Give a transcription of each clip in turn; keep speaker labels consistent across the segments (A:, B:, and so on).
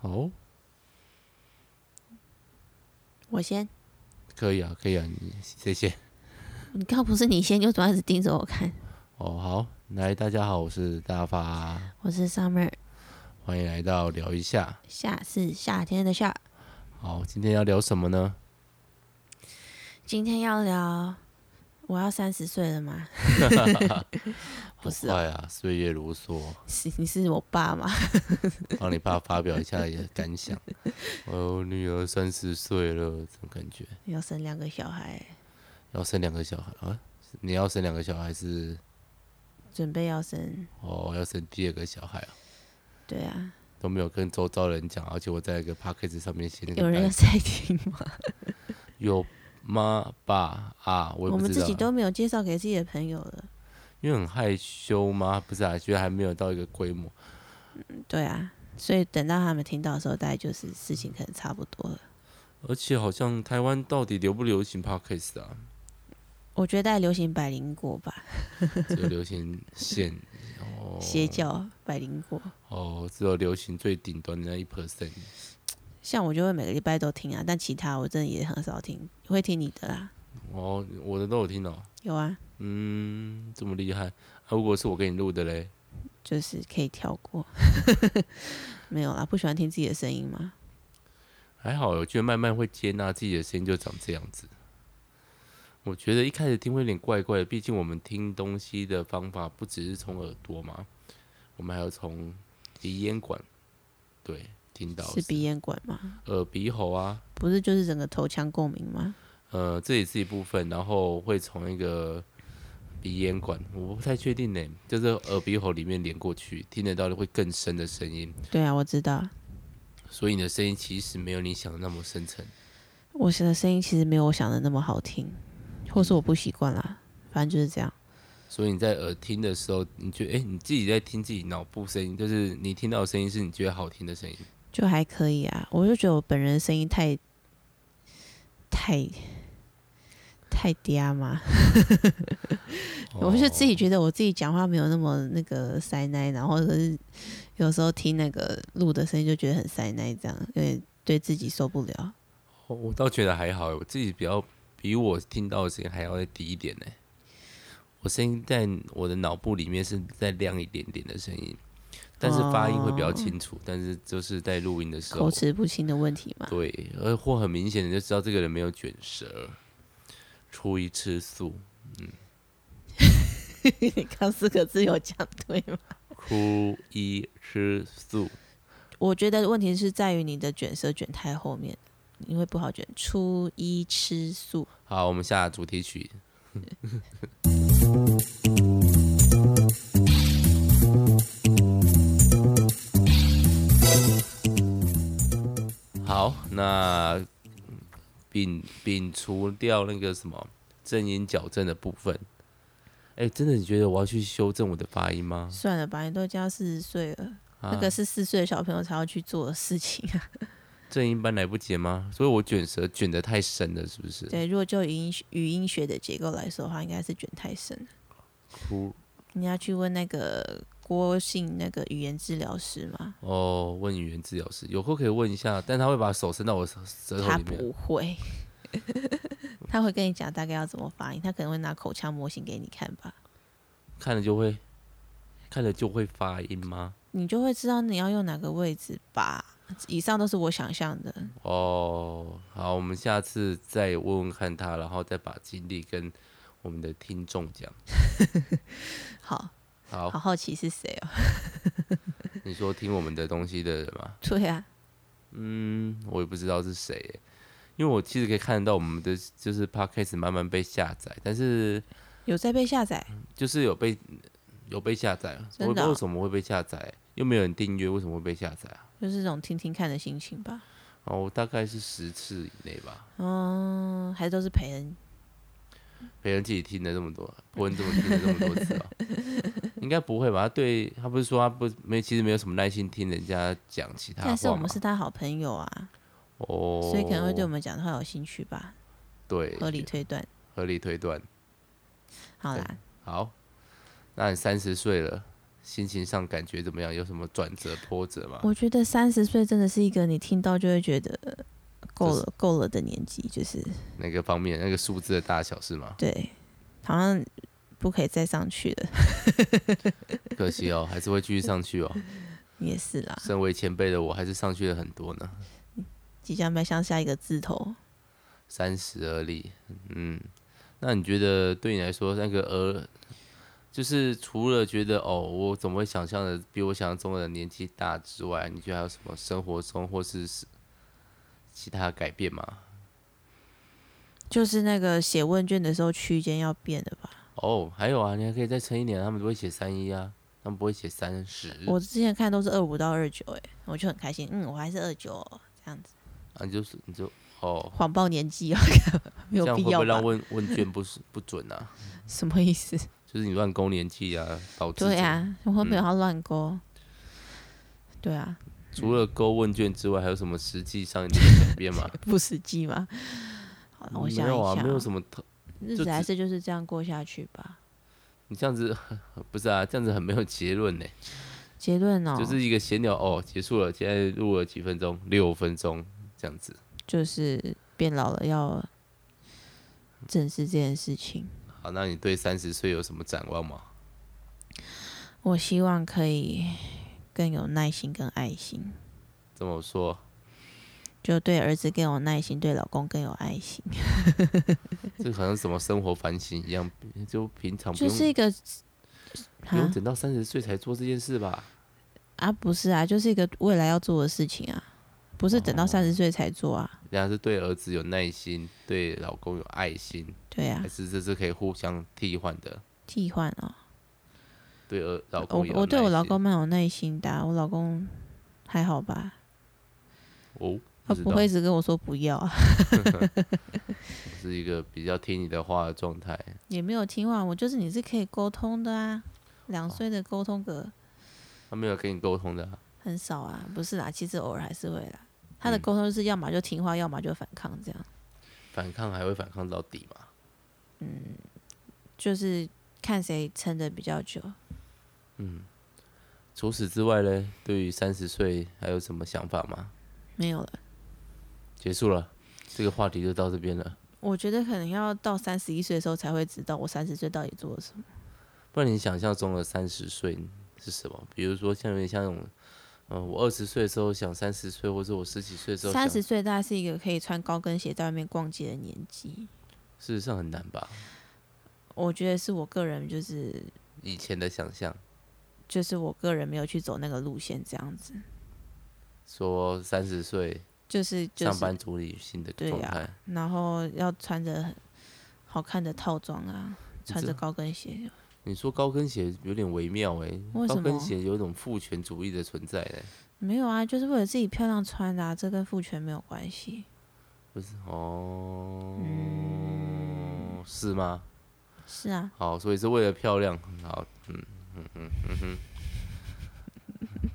A: 好，
B: 我先，
A: 可以啊，可以啊，你谢谢。
B: 你刚不是你先，就主要一直盯着我看。
A: 哦，好，来，大家好，我是大发，
B: 我是 Summer，
A: 欢迎来到聊一下。
B: 夏是夏天的夏。
A: 好，今天要聊什么呢？
B: 今天要聊，我要三十岁了吗？
A: 好
B: 不是
A: 快啊，岁月如梭，
B: 是你是我爸吗？
A: 让你爸发表一下你的感想。 哦，女儿三十岁了，怎么感觉？
B: 要生两个小孩，
A: 要生两个小孩啊？你要生两个小孩是？
B: 准备要生，
A: 哦，要生第二个小孩啊？
B: 对啊，
A: 都没有跟周遭人讲，而且我在一个 p a c k a g e 上面写那个
B: 有人有
A: 单
B: 在听吗？
A: 有妈爸啊，我
B: 我
A: 也不
B: 们
A: 知
B: 自己
A: 道，
B: 都没有介绍给自己的朋友了。
A: 因为很害羞吗？不是啊，觉得还没有到一个规模。
B: 对啊，所以等到他们听到的时候，大概就是事情可能差不多了。
A: 而且好像台湾到底流不流行 podcast 啊？
B: 我觉得大概流行百灵果吧，
A: 只有流行线哦，
B: 邪教百灵果。
A: 哦，只有流行最顶端的那一 percent。
B: 像我就会每个礼拜都听啊，但其他我真的也很少听，会听你的啦。
A: 哦，我的都有听哦，
B: 有啊，
A: 嗯，这么厉害。啊、如果是我给你录的嘞，
B: 就是可以跳过。没有啦，不喜欢听自己的声音吗？
A: 还好，我觉得慢慢会接纳自己的声音就长这样子。我觉得一开始听会有点怪怪的，毕竟我们听东西的方法不只是从耳朵嘛，我们还要从鼻咽管，对，听到
B: 是鼻咽管吗？
A: 耳鼻喉啊，
B: 不是，就是整个头腔共鸣吗？
A: 呃，这也是一部分，然后会从一个鼻咽管，我不太确定呢，就是耳鼻喉里面连过去，听得到的会更深的声音，
B: 对啊，我知道，
A: 所以你的声音其实没有你想的那么深沉。
B: 我的声音其实没有我想的那么好听，或是我不习惯啦。反正就是这样。
A: 所以你在耳听的时候，你觉得哎、诶你自己在听自己脑部声音，就是你听到的声音是你觉得好听的声音。
B: 就还可以啊。我就觉得我本人的声音太太太嗲嘛，
A: 哦
B: 我就自己觉得我自己讲话没有那么那个塞奶，然后可是有时候听那个录的声音就觉得很塞奶，这样有点对自己受不了。
A: 哦我倒觉得还好，我自己比较比我听到的声音还要再低一点呢。我声音在我的脑部里面是再亮一点点的声音，但是发音会比较清楚。但是就是在录音的时
B: 哦口
A: 候，
B: 齿不清的问题嘛，
A: 对，而或很明显的就知道这个人没有卷舌，初一吃 素，
B: 你刚四个字有讲对吗？
A: 初一吃素。
B: 我觉得问题是在于你的卷舌卷太后面，你会不好卷。初一吃素，
A: 好，我们下主题曲。 好，那摒摒除掉那个什么正音矫正的部分。哎、真的，你觉得我要去修正我的发音吗？
B: 算了吧，你都已经要四十岁了。
A: 啊
B: 那个是四岁的小朋友才要去做的事情啊。
A: 正音班来不及吗？所以我卷舌卷得太深了，是不是？
B: 对，如果就语音语音学的结构来说的话，应该是卷太深了。
A: 哭
B: 你要去问那个郭姓那个语言治疗师吗？
A: 哦，问语言治疗师，有空可以问一下，但他会把手伸到我舌舌头
B: 他
A: 里面。
B: 不会， 他会跟你讲大概要怎么发音，他可能会拿口腔模型给你看吧，
A: 看了就会，看了就会发音吗？
B: 你就会知道你要用哪个位置吧。以上都是我想象的，
A: 哦，好，我们下次再问问看他，然后再把经历跟我们的听众讲。
B: 好
A: 好
B: 好，好奇是谁哦？
A: 你说听我们的东西的人吗？
B: 对啊，
A: 嗯，我也不知道是谁耶，因为我其实可以看得到我们的就是 podcast 慢慢被下载，但是
B: 有在被下载，
A: 就是有被有被下载，啊我
B: 真的
A: 也
B: 哦
A: 不知道为什么会被下载，又没有人订阅，为什么会被下载啊？
B: 就是这种听听看的心情吧。
A: 哦，大概是十次以内吧。
B: 嗯，还是都是陪人
A: 别人自己听了这么多， 伯恩怎么听了这么多次啊？ 应该不会吧？他对他不是说他不没，其实没有什么耐心听人家讲其他话
B: 但是我们
A: 吗
B: 是他好朋友啊，
A: 啊哦，
B: 所以可能会对我们讲的话有兴趣吧，
A: 对
B: 合理推断。
A: 合理推断。
B: 好啦，
A: 好，那你三十岁了，心情上感觉怎么样？有什么转折波折吗？
B: 我觉得三十岁真的是一个你听到就会觉得呃够了够了的年纪，就是
A: 那个方面，那个数字的大小是吗？
B: 对，好像不可以再上去了，
A: 可惜哦，还是会继续上 去哦。
B: 也是啦，
A: 身为前辈的我，还是上去了很多呢。
B: 即将迈向下一个字头。
A: 三十而立，嗯，那你觉得对你来说，那个而就是除了觉得哦，我怎么会想象的比我想象中的年纪大之外，你觉得还有什么生活中或是是其他的改变吗？
B: 就是那个写问卷的时候区间要变的吧？
A: 哦，还有啊，你还可以再撑一年，他们都会写三一啊，他们不会写三十。
B: 我之前看都是二五到二九，哎，我就很开心，嗯，我还是二九、这样子，
A: 啊，你就是你就哦，
B: 谎报年纪啊，
A: 这
B: 没有
A: 样
B: 必
A: 会不
B: 要
A: 会
B: 吧
A: 让？问问卷不是不准啊？
B: 什么意思？
A: 就是你乱勾年纪啊，导致
B: 对
A: 这
B: 啊，我
A: 嗯
B: 会不会要乱勾？对啊，
A: 除了勾问卷之外，还有什么实际上你的改变吗？
B: 不实际嘛。好了，我想
A: 没有
B: 一
A: 啊，
B: 下，哦
A: 没有什么特，
B: 日
A: 就
B: 子还
A: 只
B: 是就是这样过下去吧。
A: 你这样子 不是啊，这样子很没有结论呢、
B: 结论哦，
A: 就是一个闲聊哦，结束了，现在录了几分钟，六分钟这样子。
B: 就是变老了要正视这件事情。
A: 好，那你对三十岁有什么展望吗？
B: 我希望可以更有耐心跟爱心，
A: 这么说，
B: 就对儿子更有耐心，对老公更有爱心，
A: 这好像什么生活反省一样，就平常不
B: 就
A: 用、
B: 是一个
A: 不用
B: 啊
A: 等到三十岁才做这件事吧？
B: 啊不是啊，就是一个未来要做的事情啊，不是
A: 哦
B: 等到三十岁才做啊。
A: 人家是对儿子有耐心，对老公有爱心，
B: 对啊
A: 还，是这是可以互相替换的？
B: 替换哦。
A: 对儿老
B: 我
A: 公有
B: 呃我对我
A: 耐
B: 老
A: 心
B: 公蛮有耐心的啊、我老公还好吧？
A: 哦，
B: 他
A: 知
B: 呃不
A: 道
B: 会一直跟我说不要啊，
A: 是一个比较听你的话的状态。
B: 也没有听话，我就是你是可以沟通的啊，
A: 哦
B: 两岁的沟通个
A: 他没有跟你沟通的啊、
B: 很少啊，不是啦，其实偶尔还是会啦。他的
A: 嗯
B: 沟通就是要么就听话，要么就反抗，这样
A: 反抗还会反抗到底嘛？
B: 就是看谁撑的比较久。
A: 除此之外呢，对于三十岁还有什么想法吗？
B: 没有了，
A: 结束了，这个话题就到这边了。
B: 我觉得可能要到三十一岁的时候才会知道我三十岁到底做了什么。
A: 不然你想象中的三十岁是什么？比如说像有点像那种，呃，我二十岁的时候想三十岁，或者我十几岁的时候想
B: 三十，岁大概是一个可以穿高跟鞋在外面逛街的年纪，
A: 事实上很难吧？
B: 我觉得是我个人就是
A: 以前的想象，
B: 就是我个人没有去走那个路线，这样子，
A: 说三十岁
B: 就是就
A: 上
B: 是
A: 班族女性的
B: 对
A: 状
B: 啊
A: 态，
B: 然后要穿着很好看的套装啊，穿着高跟鞋，
A: 你说高跟鞋有点微妙哎、
B: 为什
A: 高
B: 么
A: 跟鞋有一种父权主义的存在哎、
B: 没有啊，就是为了自己漂亮穿的、啊，这跟父权没有关系，
A: 不是哦，嗯是吗？
B: 是啊，
A: 好，所以是为了漂亮，好，嗯嗯嗯嗯哼，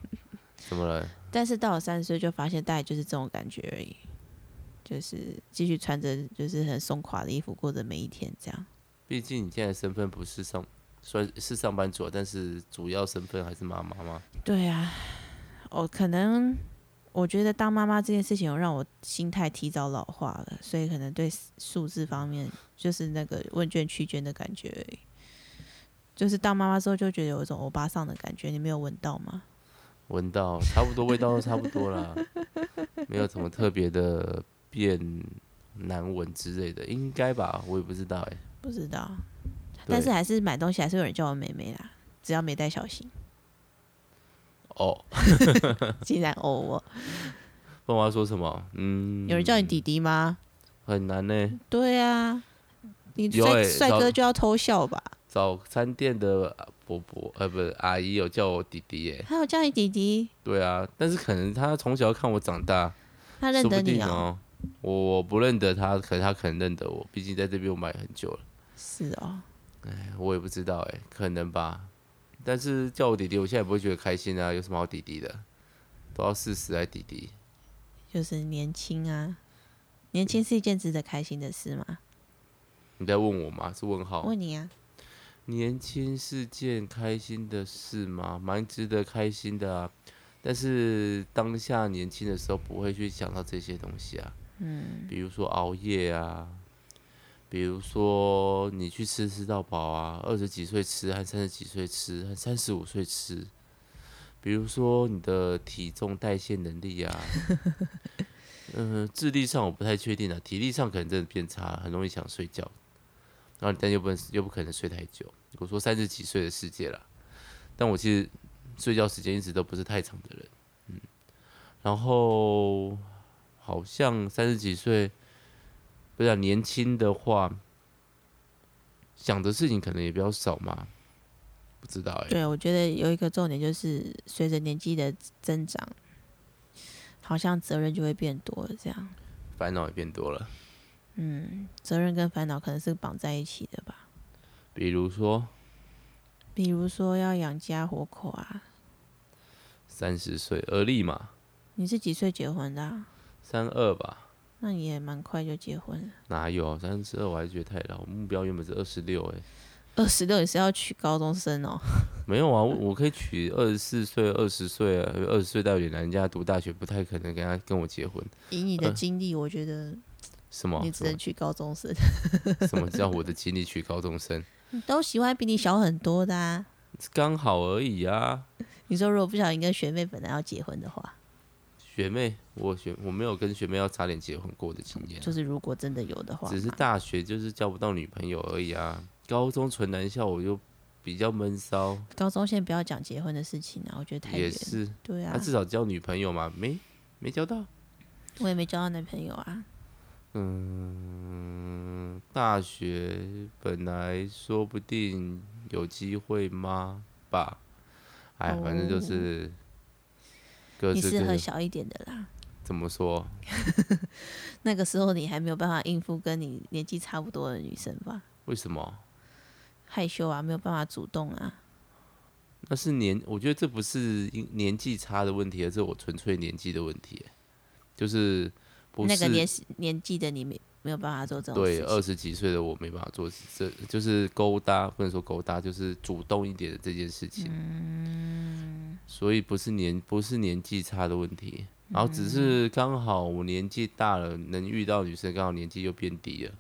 A: 怎么了？
B: 但是到了三十岁就发现大概就是这种感觉而已，就是继续穿着就是很松垮的衣服过着每一天这样，
A: 毕竟你现在身份不是上，虽然是上班族啊，但是主要身份还是妈妈嘛。
B: 对啊，哦，可能。我觉得当妈妈这件事情有让我心态提早老化了，所以可能对数字方面就是那个问卷区间的感觉而已。就是当妈妈之后就觉得有一种欧巴桑的感觉，你没有闻到吗？
A: 闻到差不多，味道都差不多 啦，没有什么特别的变难闻之类的，应该吧？我也不知道哎、
B: 不知道，
A: 对
B: 但是还是买东西还是有人叫我妹妹啦，只要没带小心，
A: 哦，
B: 竟然哦我，
A: 不然我要说什么？嗯，
B: 有人叫你弟弟吗？
A: 很难呢、欸
B: 对啊，你
A: 有欸
B: 帅帅
A: 早
B: 哥就要偷笑吧？
A: 早餐店的伯伯，呃，不是阿姨有叫我弟弟耶。
B: 还有叫你弟弟，
A: 对啊，但是可能他从小看我长大，
B: 他认
A: 说不
B: 得你
A: 定
B: 哦，
A: 哦。我我不认得他，可他可能认得我，毕竟在这边我买很久了，
B: 是哦，
A: 我也不知道哎，可能吧。但是叫我弟弟，我现在也不会觉得开心啊，有什么好弟弟的？都要四十来弟弟，
B: 就是年轻啊，年轻是一件值得开心的事吗？
A: 你在问我吗？是问号？
B: 问你啊，
A: 年轻是件开心的事吗？蛮值得开心的啊，但是当下年轻的时候不会去想到这些东西啊，嗯，比如说熬夜啊，比如说你去吃吃到饱啊，二十几岁吃和三十几岁吃和三十五岁吃，比如说你的体重代谢能力啊，嗯、智力上我不太确定啊，体力上可能真的变差，很容易想睡觉，然后但又不能又不可能睡太久。我说三十几岁的世界啦，但我其实睡觉时间一直都不是太长的人，嗯，然后好像三十几岁，不是、啊、年轻的话，想的事情可能也比较少嘛，不知道哎、
B: 对，我觉得有一个重点就是，随着年纪的增长，好像责任就会变多，这样，
A: 烦恼也变多了，
B: 嗯，责任跟烦恼可能是绑在一起的吧。
A: 比如说
B: 比如说要养家活口啊，
A: 三十岁而立嘛，
B: 你是几岁结婚的、啊？
A: 三二吧，
B: 那你也蛮快就结婚了，
A: 哪有啊三十二？我还觉得太老，我目标原本是二十六哎。
B: 二十六也是要娶高中生哦。
A: 没有啊，我我可以娶二十四岁、二十岁、啊二十岁到点难，人家读大学不太可能跟他跟我结婚。
B: 以你的
A: 呃
B: 经历，我觉得
A: 什么
B: 你？只
A: 什
B: 能
A: 么
B: 娶高中生，
A: 什么叫我的经历娶高中生？
B: 都喜欢比你小很多的啊。
A: 刚好而已啊，
B: 你说如果不小心跟学妹本来要结婚的话，
A: 学妹，我学我没有跟学妹要差点结婚过的经验啊，啊
B: 就是如果真的有的话嘛，
A: 只是大学就是交不到女朋友而已啊。高中纯男校我就比较闷骚，
B: 高中先不要讲结婚的事情啊，我觉得太
A: 也
B: 远。
A: 是，
B: 对
A: 他、
B: 啊，
A: 至少交女朋友嘛，没没交到。
B: 我也没交到男朋友啊。
A: 嗯，大学本来说不定有机会吗？吧，哎，反正就
B: 哦
A: 是各
B: 你
A: 自
B: 适
A: 各
B: 合
A: 自
B: 小一点的啦，
A: 怎么说？
B: 那个时候你还没有办法应付跟你年纪差不多的女生吧？
A: 为什么？
B: 害羞啊，没有办法主动啊。
A: 那是年，我觉得这不是因年纪差的问题，而是我纯粹年纪的问题，就是不
B: 那个
A: 是
B: 年年纪的你没没有办法做这种
A: 对
B: 事
A: 二
B: 情。
A: 十几岁的我没办法做这，就是勾搭，不能说勾搭，就是主动一点的这件事情。
B: 嗯
A: 所以不是年不是年纪差的问题，然后只
B: 嗯
A: 是刚好我年纪大了，能遇到女生刚好年纪又变低了。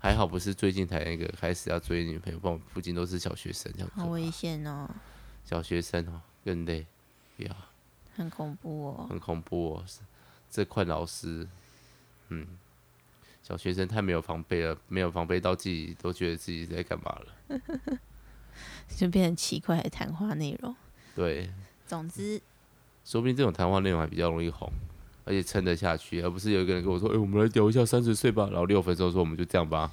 A: 还好不是最近才那个开始要追女朋友，不然我附近都是小学生，这样可
B: 好危
A: 怕
B: 险哦，
A: 小学生哦更累，不要。
B: 很恐怖哦。
A: 很恐怖哦，是这块老师，嗯，小学生太没有防备了，没有防备到自己都觉得自己在干嘛了。
B: 就变成奇怪的谈话内容。
A: 对，嗯
B: 总之，
A: 说不定这种谈话内容还比较容易红，而且撑得下去，而不是有一个人跟我说：“哎、我们来聊一下三十岁吧。”然后六分钟说：“我们就这样吧。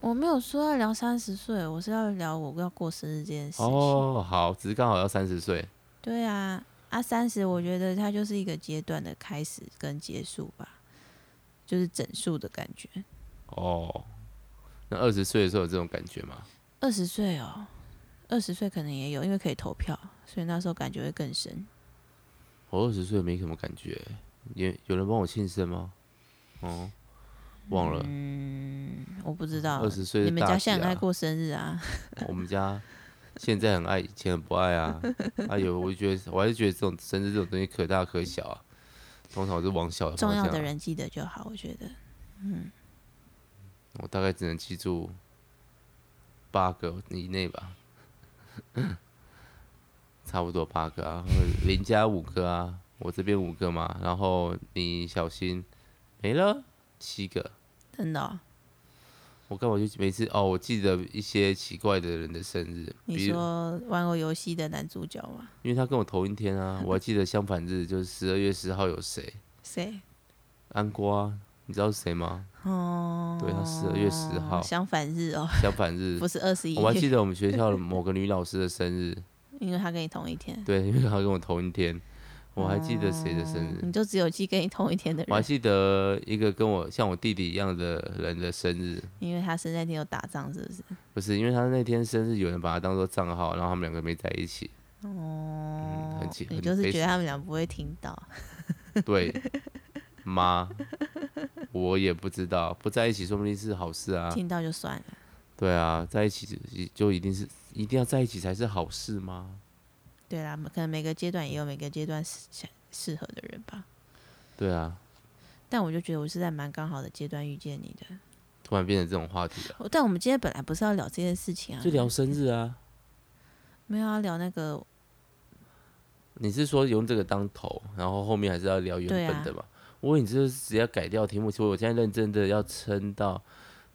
B: 我没有说要聊三十岁，我是要聊我要过生日这件”事情。
A: 哦，好，只是刚好要三十岁，
B: 对啊，啊，三十，
A: 嗯
B: 我觉得它就是一个阶段的开始跟结束吧，就是整数的感觉。
A: 哦，那二十岁的时候有这种感觉吗？
B: 二十岁哦，二十岁可能也有，因为可以投票，所以那时候感觉会更深。
A: 我二十岁没什么感觉，也有人帮我庆生吗？哦，忘了，
B: 我不知道，
A: 20岁
B: 嗯你
A: 是
B: 们
A: 大
B: 家
A: 几
B: 现在很爱
A: 啊
B: 过生日啊？
A: 我们家现在很爱，以前很不爱 啊。啊有，我就觉得我还是觉得这种生日这种东西可大可小啊。通常我是往小的方
B: 重
A: 向
B: 要
A: 啊、
B: 的人记得就好，我觉得。
A: 我大概只能记住八个以内吧， 差不多八个啊，或者林家五个啊，我这边五个嘛，然后你小心没了七个。
B: 真的哦、
A: 我干嘛就每次哦，我记得一些奇怪的人的生日，比
B: 你
A: 如
B: 说玩过游戏的男主角吗？
A: 因为他跟我同一天 啊，我还记得相反日，就是十二月十号有谁？
B: 谁？
A: 安瓜，你知道是谁吗？
B: 哦，
A: 对他12月10号
B: 相反日哦，
A: 相反日
B: 不，是二十一
A: 我还记
B: 月，
A: 得我们学校的某个女老师的生 日，
B: 因为他跟你同一天。
A: 对，因为她跟我同一天，我还记得谁的生日，
B: 你就只有记跟你同一天的
A: 我还
B: 人，
A: 记得一个跟我像我弟弟一样的人的生日，
B: 因为他生那天有打仗，是不是？
A: 不是因为他那天生日，有人把他当做账号，然后他们两个没在一起，
B: 哦，
A: 嗯很奇
B: 你
A: 很
B: 就是
A: 悲
B: 觉得他们俩不会听到，
A: 对，妈，我也不知道，不在一起说不定是好事啊，
B: 听到就算了。
A: 对啊，在一起就一定是一定要在一起才是好事吗？
B: 对啦，可能每个阶段也有每个阶段适适合的人吧。
A: 对啊，
B: 但我就觉得我是在蛮刚好的阶段遇见你的。
A: 突然变成这种话题了，
B: 哦但我们今天本来不是要聊这件事情啊，
A: 就聊生日啊。
B: 没有要聊那个，
A: 你是说用这个当头，然后后面还是要聊原
B: 对啊
A: 本的嘛？我以为你就是直接改掉题目，其实我现在认真的要撑到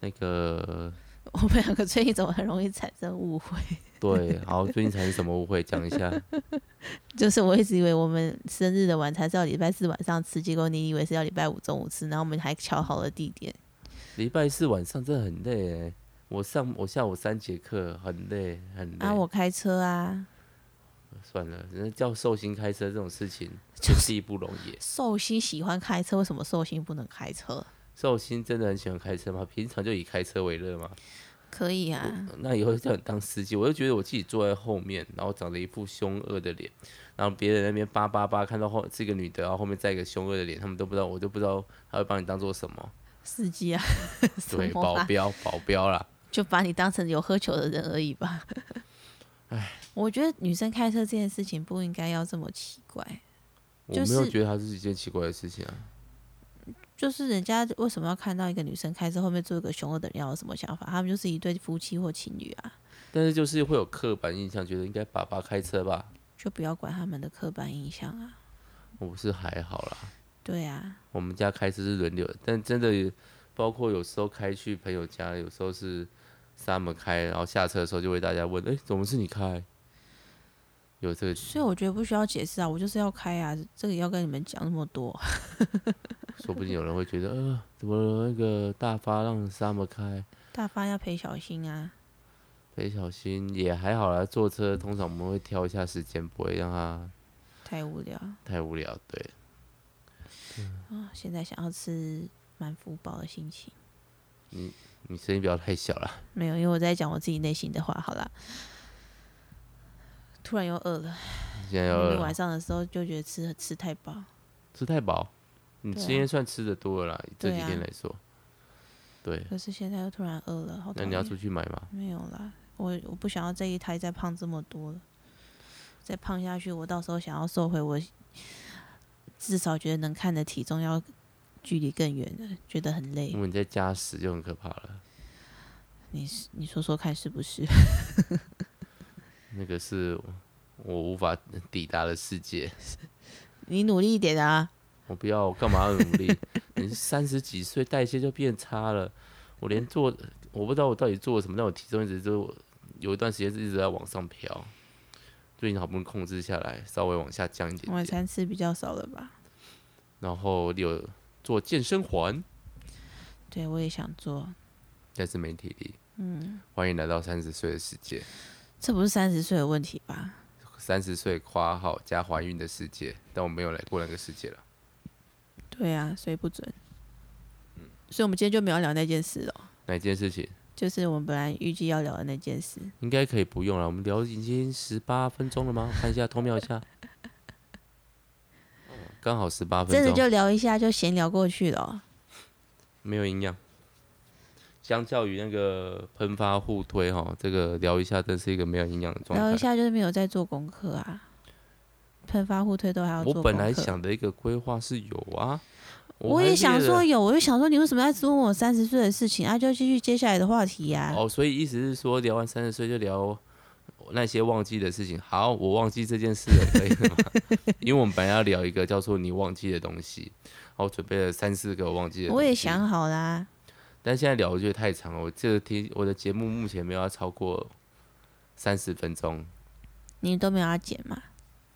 A: 那个
B: 我们两个最近怎么很容易产生误会？
A: 对，好，最近产生什么误会，讲一 下。
B: 就是我一直以为我们生日的晚餐是要礼拜四晚上吃，结果你以为是要礼拜五中午吃，然后我们还瞧好了地点。
A: 礼拜四晚上真的很累欸，我上我下午三节课很累很累。
B: 啊，我开车啊，
A: 算了，人家叫寿星开车这种事情，天地不容也。
B: 寿星喜欢开车，为什么寿星不能开车？
A: 寿星真的很喜欢开车吗？平常就以开车为乐吗？
B: 可以啊，
A: 那以后叫你当司机，我就觉得我自己坐在后面，然后长了一副凶恶的脸，然后别人那边叭叭叭，看到后是一个女的，然后后面再一个凶恶的脸，他们都不知道，我都不知道他会把你当做什么，
B: 司机 啊，什
A: 对，
B: 么
A: 保
B: 啦，
A: 镖保镖啦，
B: 就把你当成有喝酒的人而已 吧。我觉得女生开车这件事情不应该要这么奇怪，
A: 我
B: 就
A: 没有
B: 是
A: 觉得它是一件奇怪的事情啊。
B: 就是人家为什么要看到一个女生开车后面坐一个凶恶的人要有什么想法？他们就是一对夫妻或情侣啊，
A: 但是就是会有刻板印象，觉得应该爸爸开车吧，
B: 就不要管他们的刻板印象啊。
A: 我是还好啦。
B: 对啊，
A: 我们家开车是轮流的，但真的包括有时候开去朋友家，有时候是他们开，然后下车的时候就会大家问：“哎、怎么是你开？”有这个，
B: 所以我觉得不需要解释啊，我就是要开啊，这个要跟你们讲那么多，
A: 说不定有人会觉得：“呃，怎么那个大发让他们开？
B: 大发要陪小心啊。
A: 得小心也还好啦。坐车通常我们会挑一下时间，不会让他
B: 太无聊啊！
A: 太无聊。对，
B: 现在想要吃满福包的心情，
A: 你声音不要太小啦。
B: 没有，因为我在讲我自己内心的话。好啦，突然又饿了，
A: 现在
B: 因
A: 要饿
B: 为
A: 了
B: 晚上的时候就觉得吃吃太饱，
A: 吃太饱，你
B: 对啊
A: 今天算吃的多了啦，这
B: 对
A: 几
B: 啊
A: 天来说。对，
B: 可是现在又突然饿了，好讨
A: 那你要
B: 厌。
A: 出去买吗？
B: 没有啦，我我不想要这一胎再胖这么多了，再胖下去，我到时候想要瘦回我至少觉得能看的体重要距离更远了，觉得很累
A: 因。为你在加十就很可怕了。
B: 你你说说看是不是？
A: 那个是我无法抵达的世界，
B: 你努力一点啊！
A: 我不要，我干嘛要努力？你三十几岁代谢就变差了，我连做我不知道我到底做了什么，但我体重一直就有一段时间是一直在往上飘，最近好不容易控制下来，稍微往下降一点
B: 晚
A: 点，
B: 餐吃比较少了吧？
A: 然后有做健身环，
B: 对，我也想做。
A: 但是没体力。嗯，欢迎来到三十岁的世界，
B: 这不是三十岁的问题吧？
A: 三十岁括号加怀孕的世界，但我没有来过那个世界了。
B: 对啊，所以不准。
A: 嗯
B: 所以我们今天就没有聊那件事哦，
A: 哪一件事情？
B: 就是我们本来预计要聊的那件事。
A: 应该可以不用了。我们聊已经十八分钟了吗？ 我看一下，偷瞄一下，哦刚好十八
B: 真的
A: 分钟，
B: 就聊一下，就闲聊过去了哦、
A: 没有营养。相较于那个喷发互推哈，这个聊一下真是一个没有营养的状态。
B: 聊一下就是没有在做功课啊，喷发互推都还要做
A: 我
B: 功课。
A: 本来想的一个规划是有啊，
B: 我
A: 还
B: 也想
A: 列
B: 说
A: 了
B: 有，我就想说你为什么要一直问我三十岁的事情啊？就继续接下来的话题啊呀、
A: 哦，所以意思是说聊完三十岁就聊那些忘记的事情。好，我忘记这件事了，可以了吗？ 因为我们本来要聊一个叫做你忘记的东西，然后准备了三四个我忘记的东
B: 我
A: 西。
B: 也想好啦，
A: 但现在聊我觉得太长了，我这个题我的节目目前没有要超过三十分钟，
B: 你都没有要剪嘛？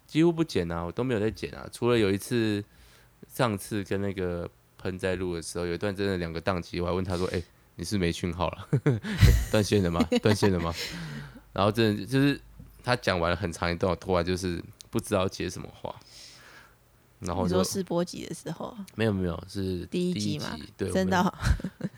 A: 几乎不剪啊，我都没有在剪啊，除了有一次上次跟那个喷在录的时候，有一段真的两个档期，我还问他说：“哎、你是没讯号了，啊 断线 了吗？断线了吗？”然后真的就是他讲完了很长一段，我突然就是不知道接什么话，然后我
B: 你说
A: 就
B: 试播集的时候，
A: 没有没有是
B: 第一
A: 第
B: 集
A: 集
B: 嘛
A: 对，我
B: 真
A: 们
B: 的哦、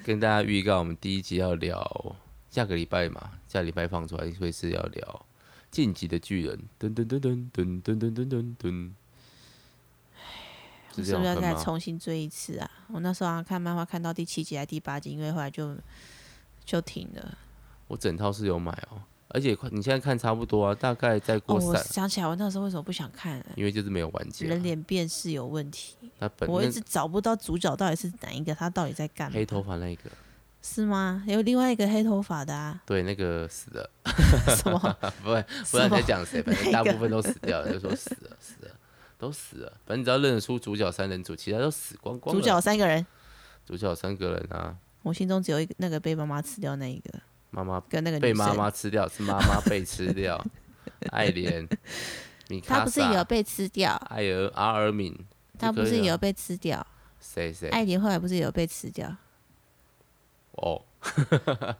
A: 跟大家预告，我们第一集要聊下个礼拜嘛，下礼拜放出来，所以是要聊《晋级的巨人》。噔噔噔噔噔噔噔噔噔噔。是
B: 我
A: 这
B: 是
A: 样
B: 不是要
A: 分
B: 再
A: 吗？
B: 重新追一次啊？我那时候好像看漫画看到第七集还是第八集，因为后来就就停了。
A: 我整套是有买哦，而且快你现在看差不多啊，大概再
B: 哦，
A: 过
B: 我
A: 三，
B: 想起来，我那时候为什么不想看、
A: 因为就是没有完结、
B: 人
A: 啊。
B: 脸辨识有问题，
A: 他本
B: 我一
A: 那
B: 直找不到主角到底是哪一个，他到底在干嘛？
A: 黑头发那个，？
B: 是吗？有另外一个黑头发的 啊
A: 对，那个死了，
B: 什么？
A: 不会，不知道
B: 什
A: 你
B: 么
A: 在讲谁，反
B: 哪
A: 正
B: 一
A: 大
B: 个
A: 部分都死掉了，就说死了，死了，都死了。反正你只要认得出主角三人组，其他都死光光
B: 主
A: 了。
B: 角三个人，
A: 主角有三个人啊，
B: 我心中只有一个那个被妈妈吃掉那一个，
A: 妈妈
B: 跟那个女
A: 被妈
B: 生
A: 妈吃掉，是妈妈被吃 掉，爱莲，米
B: 他
A: 卡
B: 不是
A: 萨
B: 有被吃掉，
A: 艾尔阿尔敏，
B: 他不
A: 啊这
B: 是
A: 个
B: 有被吃掉，
A: 谁谁
B: 艾莲后来不是有被吃 掉，
A: 哦，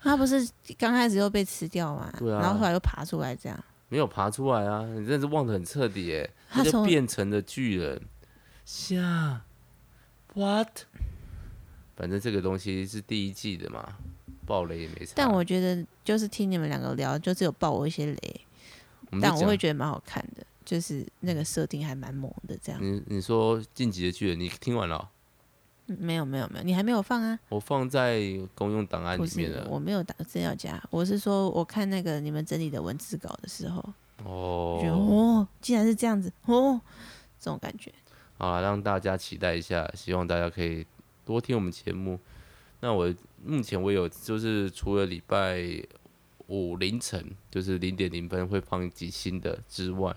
B: 他不是刚开始又被吃掉嘛，
A: 对啊
B: 然后后来又爬出来这样，
A: 没有爬出来啊！你真的是忘得很彻底耶，
B: 他
A: 他就
B: 从
A: 变成了巨人。下，what？反正这个东西是第一季的嘛，爆雷也没差。
B: 但我觉得就是听你们两个聊，就是有爆我一些雷，
A: 我们就
B: 但我
A: 嗯讲
B: 会觉得蛮好看的，就是那个设定还蛮猛的这样。
A: 你你说《晋级的巨人》，你听完了哦？
B: 嗯没有没有没有，你还没有放啊？
A: 我放在公用档案
B: 不
A: 里面啊
B: 是，
A: 了。
B: 我没有打资料夹，我是说我看那个你们整理的文字稿的时候，觉得
A: 哦，
B: 哦，竟然是这样子哦，这种感觉。
A: 好啦让大家期待一下，希望大家可以多听我们节目。那我目前我有就是除了礼拜五凌晨就是零点零分会放一集新的之外，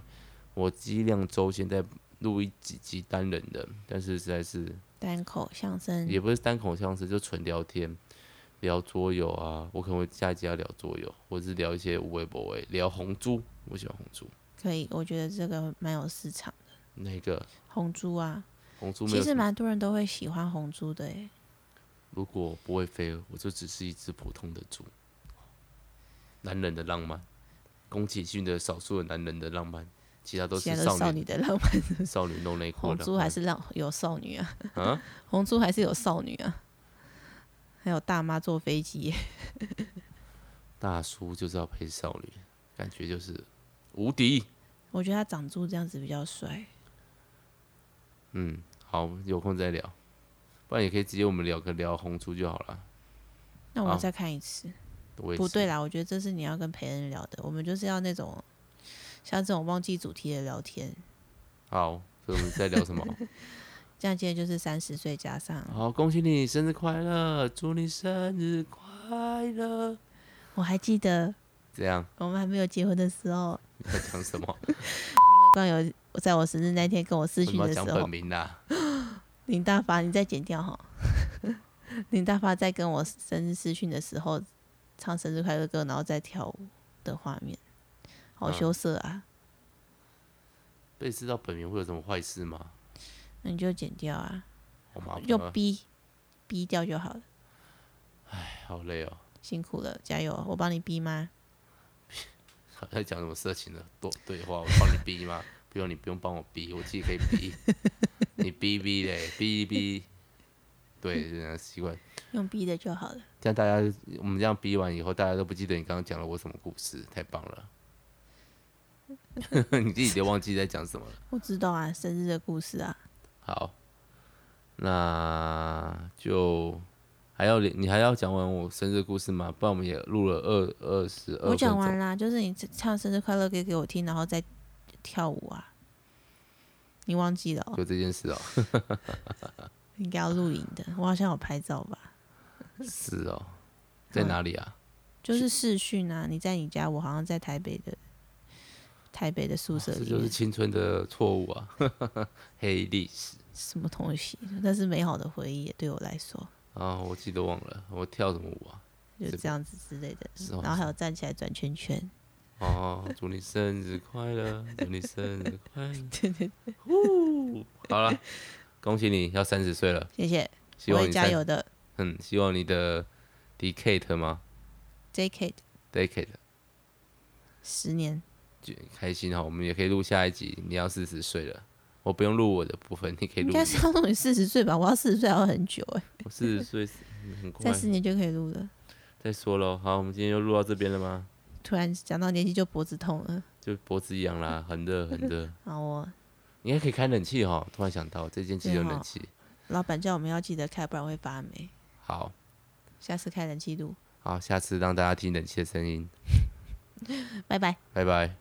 A: 我尽量周现在录一几集单人的，但是实在是
B: 单口相声
A: 也不是单口相声，就纯聊天，聊桌游啊，我可能会下一集要聊桌游，或是聊一些无微不微，聊红猪，我喜欢红猪，
B: 可以，我觉得这个蛮有市场的。
A: 那个
B: 红猪啊，
A: 红猪没
B: 其
A: 有
B: 实
A: 什么，
B: 蛮多人都会喜欢红猪的耶。
A: 如果我不会飞，我就只是一只普通的猪，男人的浪漫，宫崎骏的少数的男人的浪漫，其他都
B: 其他
A: 是
B: 都是
A: 少
B: 少
A: 女
B: 女的浪漫，
A: 少女弄内裤
B: 红
A: 的
B: 猪
A: 浪漫，
B: 还是让有少女啊，
A: 啊，
B: 红猪还是有少女啊，还有大妈坐飞机耶，
A: 大叔就是要配少女，感觉就是无敌。
B: 我觉得他长猪这样子比较帅。
A: 嗯，好，有空再聊，不然也可以直接我们聊个聊红猪就好了。
B: 那我
A: 好
B: 再看一次，
A: 啊我也
B: 不
A: 是
B: 对啦，我觉得这是你要跟培恩聊的，我们就是要那种像这种忘记主题的聊天。
A: 好，所以我们在聊什 么？
B: 这样今天就是三十岁加上，
A: 好，恭喜你生日快乐，祝你生日快乐。
B: 我还记得
A: 这样
B: 我们还没有结婚的时候，
A: 你在讲什么？
B: 刚有在我生日那天跟我私
A: 为什
B: 讯
A: 么
B: 的
A: 要
B: 时
A: 讲
B: 候
A: 本，名啦？
B: 林大发，你再剪掉哈。 林大发在跟我生日私讯的时候唱生日快乐歌，然后再跳舞的画面，好
A: 嗯
B: 羞涩啊！
A: 被知道本名会有什么坏事吗？
B: 那你就剪掉啊，
A: 我麻
B: 就
A: 烦，
B: 逼逼掉就好了。
A: 好累哦，
B: 辛苦了，加油！我帮你逼吗？
A: 好像在讲什么色情的多对话，我帮你逼吗？不用，你不用帮我逼，我自己可以逼。 你逼逼嘞，逼一逼。对，这样习惯。
B: 用逼的就好了。
A: 这样大家，我们这样逼完以后，大家都不记得你刚刚讲了我什么故事，太棒了。 你自己都忘记在讲什么了。
B: 我知道啊，生日的故事啊，
A: 好，那就还要你还要讲完我生日故事吗？不然我们也录了二二十二
B: 我
A: 分
B: 讲完
A: 钟。
B: 啦，就是你唱生日快乐歌给我听，然后再跳舞啊。你忘记了、哦？
A: 就这件事哦，
B: 应该要录影的，我好像有拍照吧？
A: 是哦，在哪里 啊？
B: 就是视讯啊，你在你家，我好像在台北的台北的宿舍
A: 哦这
B: 里
A: 就
B: 面，
A: 是青春的错误啊， 黑历史
B: 什么东西？那是美好的回忆，对我来说
A: 啊！我记得忘了我跳什么舞啊？
B: 就
A: 这
B: 这样子之类的。
A: 是哦
B: 然后还有站起来转圈圈，
A: 哦，祝你生日快乐，祝你生日快乐！
B: 对对，
A: 好了，恭喜你要三十岁了，
B: 谢谢，
A: 希
B: 我
A: 望
B: 会
A: 你
B: 加
A: 三
B: 油的
A: 嗯，希望你的 decade 吗
B: ，J.K.
A: ？decade
B: 十年，
A: 就开心哈，我们也可以录下一集。你要四十岁了，我不用录我的部分，你可以
B: 应
A: 录
B: 该
A: 你。
B: 是要录你四十岁吧？我要四十岁还要很久哎、
A: 我四十岁很快
B: 再，四年就可以录了。
A: 再说喽。好，我们今天就录到这边了吗？
B: 突然讲到年纪就脖子痛了，
A: 就脖子痒啦，很热很热。
B: 然后我
A: 你还可以开冷气哈，突然想到这间只有冷气。
B: 老板叫我们要记得开，不然会发霉。
A: 好，
B: 下次开冷气录，
A: 好，下次让大家听冷气的声音，
B: 拜拜。
A: 拜拜。